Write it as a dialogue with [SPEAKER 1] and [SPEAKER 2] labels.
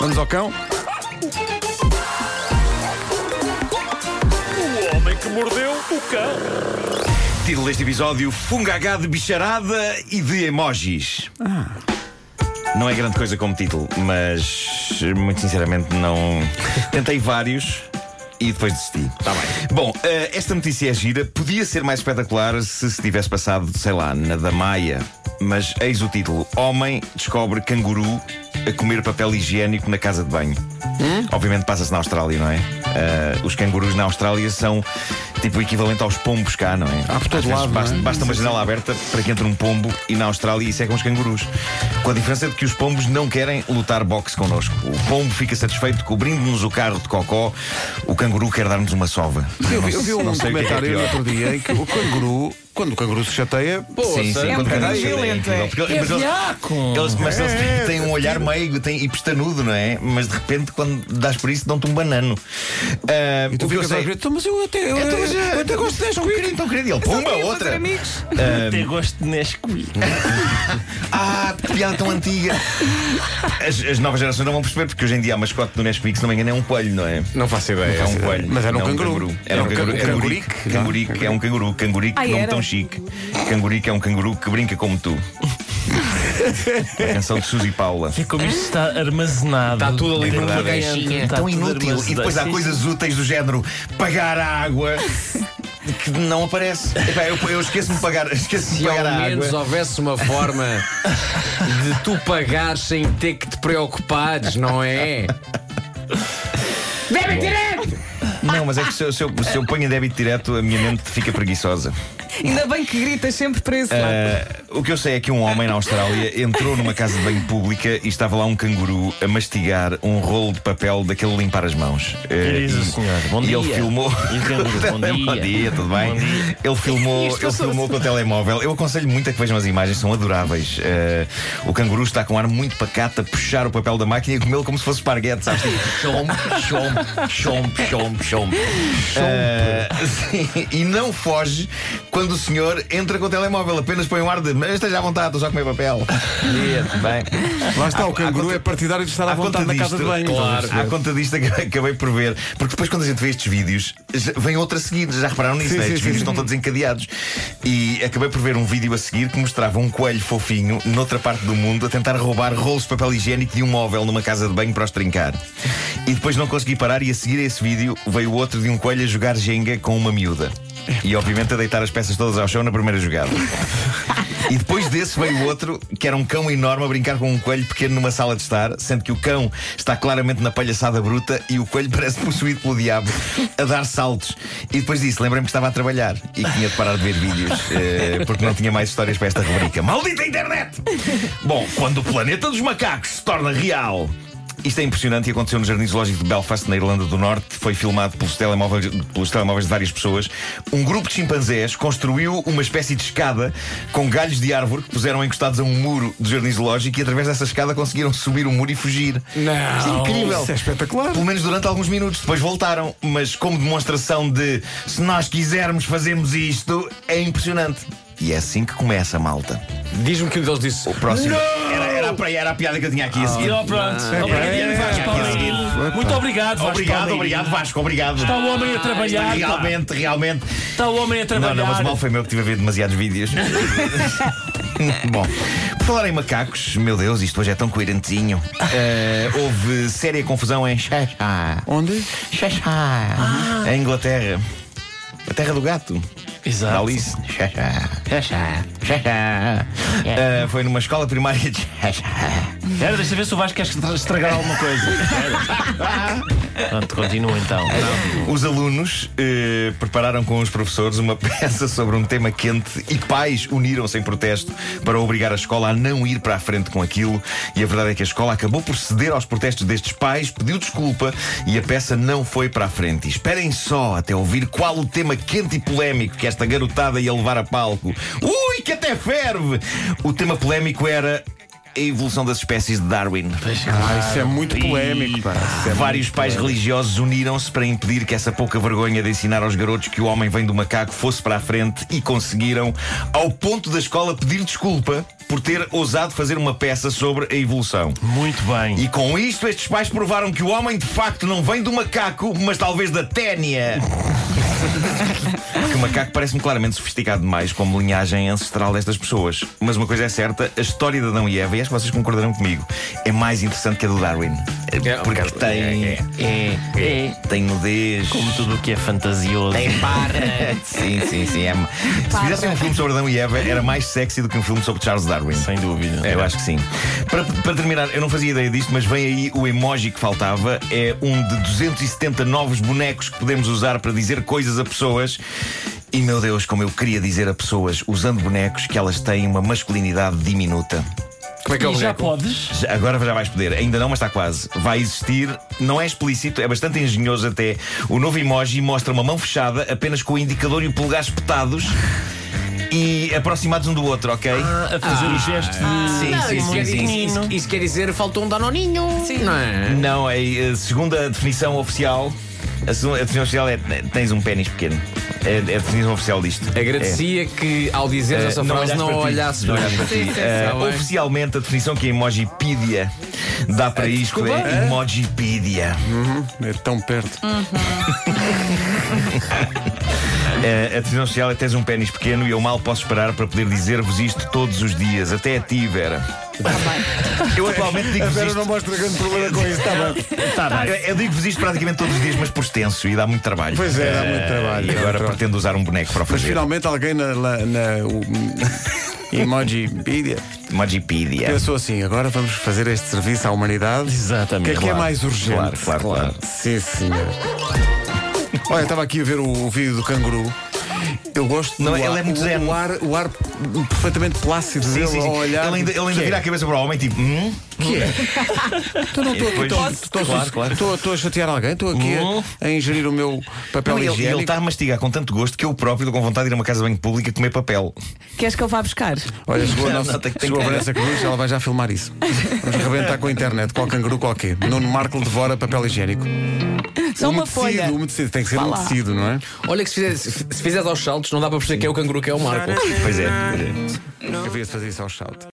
[SPEAKER 1] Vamos ao cão?
[SPEAKER 2] O homem que mordeu o cão.
[SPEAKER 3] Título deste episódio: Fungagá de bicharada e de emojis. Não é grande coisa como título, mas muito sinceramente não. Tentei vários. E depois desisti. Está
[SPEAKER 1] Tá
[SPEAKER 3] bem. Bom, eh, esta notícia é gira. Podia ser mais espetacular se se tivesse passado, sei lá, na da Maia. Mas eis o título: Homem descobre canguru a comer papel higiênico na casa de banho. Obviamente passa-se na Austrália, não é? Eh, os cangurus na Austrália são tipo o equivalente aos pombos cá, não é?
[SPEAKER 1] Ah, por todo
[SPEAKER 3] Às vezes
[SPEAKER 1] lado, não é?
[SPEAKER 3] Basta, basta uma janela aberta para que entre um pombo e na Austrália isso é com os cangurus. Com a diferença de que os pombos não querem lutar boxe connosco. O pombo fica satisfeito cobrindo-nos o carro de cocó, o canguru quer dar-nos uma sova.
[SPEAKER 1] Eu vi, eu vi um
[SPEAKER 3] Não sei o que é que é
[SPEAKER 1] comentário no
[SPEAKER 3] pior.
[SPEAKER 1] outro dia em que o canguru, quando o canguru se chateia, pô,
[SPEAKER 3] Sim, sim,
[SPEAKER 4] É um
[SPEAKER 3] quando
[SPEAKER 4] bocado
[SPEAKER 3] cangurus se chateia,
[SPEAKER 4] violento,
[SPEAKER 3] incrível,
[SPEAKER 4] é.
[SPEAKER 3] porque
[SPEAKER 4] É
[SPEAKER 3] eles- mas eles- eles- Mas
[SPEAKER 1] É,
[SPEAKER 3] eles têm um olhar meio têm, e pestanudo, não é? Mas de repente, quando dás por isso, dão-te um banano. Ah,
[SPEAKER 1] e tu
[SPEAKER 3] o que eu
[SPEAKER 1] ficas a
[SPEAKER 3] sei-
[SPEAKER 1] gritar, mas eu até, eu,
[SPEAKER 3] Então,
[SPEAKER 1] eu,
[SPEAKER 3] mas,
[SPEAKER 1] eu até
[SPEAKER 3] então,
[SPEAKER 1] gosto de
[SPEAKER 3] tão
[SPEAKER 1] Nesquik.
[SPEAKER 3] querido, tão querido. E ele, pumba, outra.
[SPEAKER 4] amigos.
[SPEAKER 2] Até gosto de Nesquik.
[SPEAKER 3] Ah, que piada tão antiga. As, as novas gerações não vão perceber, porque hoje em dia a mascote do Nesquik, se não me engano, é um coelho, não é?
[SPEAKER 1] Não faço ideia.
[SPEAKER 3] É um coelho.
[SPEAKER 1] Mas era um
[SPEAKER 3] Não,
[SPEAKER 1] canguru.
[SPEAKER 3] Era um canguru.
[SPEAKER 1] ca-
[SPEAKER 3] Cangurique.
[SPEAKER 1] cangurique, não?
[SPEAKER 3] Cangurique é um canguru. Cangurique,
[SPEAKER 4] Ah,
[SPEAKER 3] nome
[SPEAKER 4] era?
[SPEAKER 3] tão chique. Cangurique é um canguru que brinca como tu. A canção de Suzy Paula.
[SPEAKER 2] É como isto está armazenado. Está tudo ali
[SPEAKER 3] dentro da
[SPEAKER 2] caixinha.
[SPEAKER 3] Tão inútil. E depois há coisas úteis do género pagar a água. Que não aparece. Epá, eu, eu esqueço-me de pagar, esqueço de
[SPEAKER 5] Se
[SPEAKER 3] pagar
[SPEAKER 5] ao
[SPEAKER 3] a água.
[SPEAKER 5] menos houvesse uma forma de tu pagares sem ter que te preocupares, não é? Deve direto!
[SPEAKER 3] Não, mas é que se eu, se eu, se eu ponho em débito direto, a minha mente fica preguiçosa.
[SPEAKER 4] Ainda bem que gritas sempre para esse lado.
[SPEAKER 3] Uh, o que eu sei é que um homem na Austrália entrou numa casa de banho pública e estava lá um canguru a mastigar um rolo de papel daquele limpar as mãos. Uh,
[SPEAKER 2] Diz o senhor, bom
[SPEAKER 3] e
[SPEAKER 2] dia.
[SPEAKER 3] ele filmou.
[SPEAKER 2] E o canguru, bom dia.
[SPEAKER 3] tudo bem?
[SPEAKER 2] Bom dia.
[SPEAKER 3] Ele filmou, ele filmou com o telemóvel. Eu aconselho muito a que vejam as imagens, são adoráveis. Uh, o canguru está com um ar muito pacato a puxar o papel da máquina e a comê-lo como se fosse esparguete, sabes? Tipo, Chomp, chomp, chomp, chomp, chomp. Uh, sim, e não foge quando o senhor entra com o telemóvel, apenas põe um ar de "Mas esteja à vontade, estou só a comer papel. Dia, tudo bem.
[SPEAKER 1] Lá está, o canguru é partidário de estar à
[SPEAKER 3] À conta
[SPEAKER 1] vontade na casa de
[SPEAKER 3] disto,
[SPEAKER 1] banho.
[SPEAKER 3] Claro,
[SPEAKER 1] Estás a
[SPEAKER 3] à
[SPEAKER 1] perceber?
[SPEAKER 3] conta disto que acabei por ver. Porque depois, quando a gente vê estes vídeos, já- vem outra a seguir. Já repararam nisso?
[SPEAKER 1] Sim,
[SPEAKER 3] né?
[SPEAKER 1] sim,
[SPEAKER 3] Estes
[SPEAKER 1] sim,
[SPEAKER 3] vídeos
[SPEAKER 1] sim.
[SPEAKER 3] estão todos encadeados. E acabei por ver um vídeo a seguir que mostrava um coelho fofinho noutra parte do mundo a tentar roubar rolos de papel higiênico de um móvel numa casa de banho para os trincar. E depois não consegui parar. E a seguir a esse vídeo veio outro de um coelho a jogar jenga com uma miúda. E obviamente a deitar as peças todas ao chão na primeira jogada. E depois desse veio outro, que era um cão enorme a brincar com um coelho pequeno numa sala de estar, sendo que o cão está claramente na palhaçada bruta e o coelho parece possuído pelo diabo a dar saltos. E depois disso, lembrei-me que estava a trabalhar e que tinha de parar de ver vídeos, eh, porque não tinha mais histórias para esta rubrica. Maldita internet! Bom, quando o planeta dos macacos se torna real. Isto é impressionante e aconteceu no Jardim Zoológico de Belfast, na Irlanda do Norte. Foi filmado pelos telemóveis, pelos telemóveis de várias pessoas. Um grupo de chimpanzés construiu uma espécie de escada com galhos de árvore que puseram encostados a um muro do Jardim Zoológico e através dessa escada conseguiram subir o muro e fugir. Isto é
[SPEAKER 5] Não!
[SPEAKER 3] incrível!
[SPEAKER 1] Isso é espetacular.
[SPEAKER 3] Pelo menos durante alguns minutos, depois voltaram, mas como demonstração de se nós quisermos fazermos isto, é impressionante. E é assim que começa, malta.
[SPEAKER 5] Diz-me que um deles disse.
[SPEAKER 3] O próximo era, era, a, era a piada que eu tinha aqui a seguir.
[SPEAKER 1] Ah.
[SPEAKER 2] Não, pronto. Obrigado, Vasco Palmeirinho. Muito obrigado, Vasco
[SPEAKER 3] Obrigado,
[SPEAKER 2] Palmeirinho.
[SPEAKER 3] obrigado, Vasco, obrigado.
[SPEAKER 2] é. Está o homem a trabalhar. pá.
[SPEAKER 3] Realmente, realmente.
[SPEAKER 2] Está o homem a
[SPEAKER 3] Não,
[SPEAKER 2] trabalhar.
[SPEAKER 3] não, mas o mal foi meu que tive a ver demasiados vídeos. Bom, por falar em macacos, meu Deus, isto hoje é tão coerentezinho. Eh, houve séria confusão em Cheshire,
[SPEAKER 1] Onde?
[SPEAKER 2] Ah.
[SPEAKER 3] em Inglaterra. A terra do gato. Da
[SPEAKER 2] Exato.
[SPEAKER 3] Alice. Cheshire. Cheshire.
[SPEAKER 2] É.
[SPEAKER 3] Eh, foi numa escola primária de Cheshire.
[SPEAKER 2] Era, deixa ver se o Vasco quer estra- estragar alguma coisa. Era. Pronto, continua então.
[SPEAKER 3] Os alunos eh, prepararam com os professores uma peça sobre um tema quente e pais uniram-se em protesto para obrigar a escola a não ir para a frente com aquilo. E a verdade é que a escola acabou por ceder aos protestos destes pais, pediu desculpa e a peça não foi para a frente. E esperem só até ouvir qual o tema quente e polémico que esta garotada ia levar a palco. Ui, que até ferve! O tema polémico era a evolução das espécies de Darwin.
[SPEAKER 1] Ah, isso é muito polémico. pá. Isso é
[SPEAKER 3] Vários pais religiosos uniram-se para impedir que essa pouca vergonha de ensinar aos garotos que o homem vem do macaco fosse para a frente e conseguiram, ao ponto da escola pedir desculpa por ter ousado fazer uma peça sobre a evolução.
[SPEAKER 2] Muito bem.
[SPEAKER 3] E com isto, estes pais provaram que o homem de facto não vem do macaco, mas talvez da ténia. que o macaco parece-me claramente sofisticado demais como linhagem ancestral destas pessoas. Mas uma coisa é certa: a história de Adão e Eva, e acho que vocês concordarão comigo, é mais interessante que a do Darwin.
[SPEAKER 5] É,
[SPEAKER 3] Porque
[SPEAKER 5] ok.
[SPEAKER 3] tem.
[SPEAKER 5] É,
[SPEAKER 2] É, é.
[SPEAKER 3] Tem nudez.
[SPEAKER 2] Como tudo o que é fantasioso.
[SPEAKER 5] Para.
[SPEAKER 3] Sim, sim, sim. é- Se fizessem um filme sobre Adão e Eva, era mais sexy do que um filme sobre Charles Darwin.
[SPEAKER 2] Sem dúvida.
[SPEAKER 3] É, eu acho que sim. Para, para terminar, eu não fazia ideia disto, mas vem aí o emoji que faltava. É um de 270 novos bonecos que podemos usar para dizer coisas a pessoas. E meu Deus, como eu queria dizer a pessoas usando bonecos que elas têm uma masculinidade diminuta.
[SPEAKER 5] Como é que é o
[SPEAKER 2] E já
[SPEAKER 5] boneco?
[SPEAKER 2] podes?
[SPEAKER 3] Já- Agora já vais poder, ainda não, mas está quase. Vai existir, não é explícito, é bastante engenhoso até. O novo emoji mostra uma mão fechada apenas com o indicador e o polegar espetados e aproximados um do outro, ok?
[SPEAKER 5] Ah,
[SPEAKER 2] A fazer o gesto de.
[SPEAKER 5] Sim,
[SPEAKER 2] Não,
[SPEAKER 5] sim,
[SPEAKER 2] isso
[SPEAKER 5] sim,
[SPEAKER 2] quer
[SPEAKER 5] sim.
[SPEAKER 2] dizer-
[SPEAKER 5] Isso, isso quer dizer faltou um danoninho. Sim. Não é?
[SPEAKER 3] Não, é, eh, segundo a definição oficial, a, segunda- a definição oficial é é, tens um pênis pequeno. É, é a definição oficial disto.
[SPEAKER 5] Agradecia que ao dizer
[SPEAKER 3] É.
[SPEAKER 5] essa
[SPEAKER 3] Eh, não
[SPEAKER 5] frase
[SPEAKER 3] olhaste para
[SPEAKER 5] não
[SPEAKER 3] ti.
[SPEAKER 5] olhasse
[SPEAKER 3] Não
[SPEAKER 5] para
[SPEAKER 3] olhaste para
[SPEAKER 5] mim.
[SPEAKER 3] ti.
[SPEAKER 5] Sim, sim,
[SPEAKER 3] Eh,
[SPEAKER 5] sim, bem.
[SPEAKER 3] oficialmente, a definição que a Emojipedia dá para isto
[SPEAKER 5] desculpa?
[SPEAKER 3] é Emojipedia.
[SPEAKER 1] É tão perto.
[SPEAKER 3] Hum. Eh, a definição oficial é tens um pênis pequeno e eu mal posso esperar para poder dizer-vos isto todos os dias. Até a ti, Vera. Eu atualmente
[SPEAKER 1] A
[SPEAKER 3] digo-vos
[SPEAKER 1] Vera
[SPEAKER 3] isto.
[SPEAKER 1] não mostra grande problema com isso, está bem.
[SPEAKER 2] Tá bem.
[SPEAKER 3] Eu, eu digo-vos isto praticamente todos os dias, mas por extenso e dá muito trabalho.
[SPEAKER 1] Pois é, dá muito
[SPEAKER 3] Eh,
[SPEAKER 1] trabalho, dá
[SPEAKER 3] E
[SPEAKER 1] muito
[SPEAKER 3] agora
[SPEAKER 1] trabalho.
[SPEAKER 3] pretendo usar um boneco para o
[SPEAKER 1] Mas
[SPEAKER 3] fazer.
[SPEAKER 1] finalmente alguém na, na, na o- Emojipedia
[SPEAKER 3] Emojipedia.
[SPEAKER 1] pensou assim: agora vamos fazer este serviço à humanidade. O
[SPEAKER 2] Exatamente.
[SPEAKER 1] que é que é
[SPEAKER 2] Claro.
[SPEAKER 1] mais urgente?
[SPEAKER 3] Claro, claro, claro.
[SPEAKER 1] Sim, senhor. Olha, estava aqui a ver o, o vídeo do canguru. Eu gosto
[SPEAKER 3] Não,
[SPEAKER 1] do
[SPEAKER 3] ele
[SPEAKER 1] ar,
[SPEAKER 3] é muito zen.
[SPEAKER 1] o, o, ar, o ar perfeitamente plácido
[SPEAKER 3] Sim,
[SPEAKER 1] dele
[SPEAKER 3] sim, sim.
[SPEAKER 1] ao olhar.
[SPEAKER 3] Ele ainda, ele ainda
[SPEAKER 1] Que é?
[SPEAKER 3] vira a cabeça para o homem, tipo, hum?
[SPEAKER 1] Então não estou aqui,
[SPEAKER 3] Pois,
[SPEAKER 1] estou-
[SPEAKER 3] posso?
[SPEAKER 1] estou
[SPEAKER 3] Claro,
[SPEAKER 1] estou-
[SPEAKER 3] claro.
[SPEAKER 1] estou- estou a chatear alguém, estou aqui a- a, ingerir o meu papel
[SPEAKER 3] Não, ele- tá- ele
[SPEAKER 1] higiênico.
[SPEAKER 3] está a mastigar com tanto gosto que eu próprio estou com vontade de ir a uma casa de banho pública comer papel.
[SPEAKER 4] Queres que eu vá buscar?
[SPEAKER 1] Olha, chegou a,
[SPEAKER 3] Não,
[SPEAKER 1] nossa,
[SPEAKER 3] não, tem que- tem
[SPEAKER 1] chegou a
[SPEAKER 3] que-
[SPEAKER 1] Vanessa Cruz, ela vai já filmar isso. Vamos arrebentar com a internet, com o canguru qualquer. Nuno Marco devora papel higiênico.
[SPEAKER 4] Só uma
[SPEAKER 1] umedecido,
[SPEAKER 4] folha.
[SPEAKER 1] umedecido, tem que ser
[SPEAKER 4] Vá lá.
[SPEAKER 1] umedecido, não é?
[SPEAKER 5] Olha que se fizeres, se fizeres aos saltos, não dá para perceber que é o canguru que é o Marco.
[SPEAKER 3] Pois é, pois é.
[SPEAKER 1] Havia de fazer isso ao shout.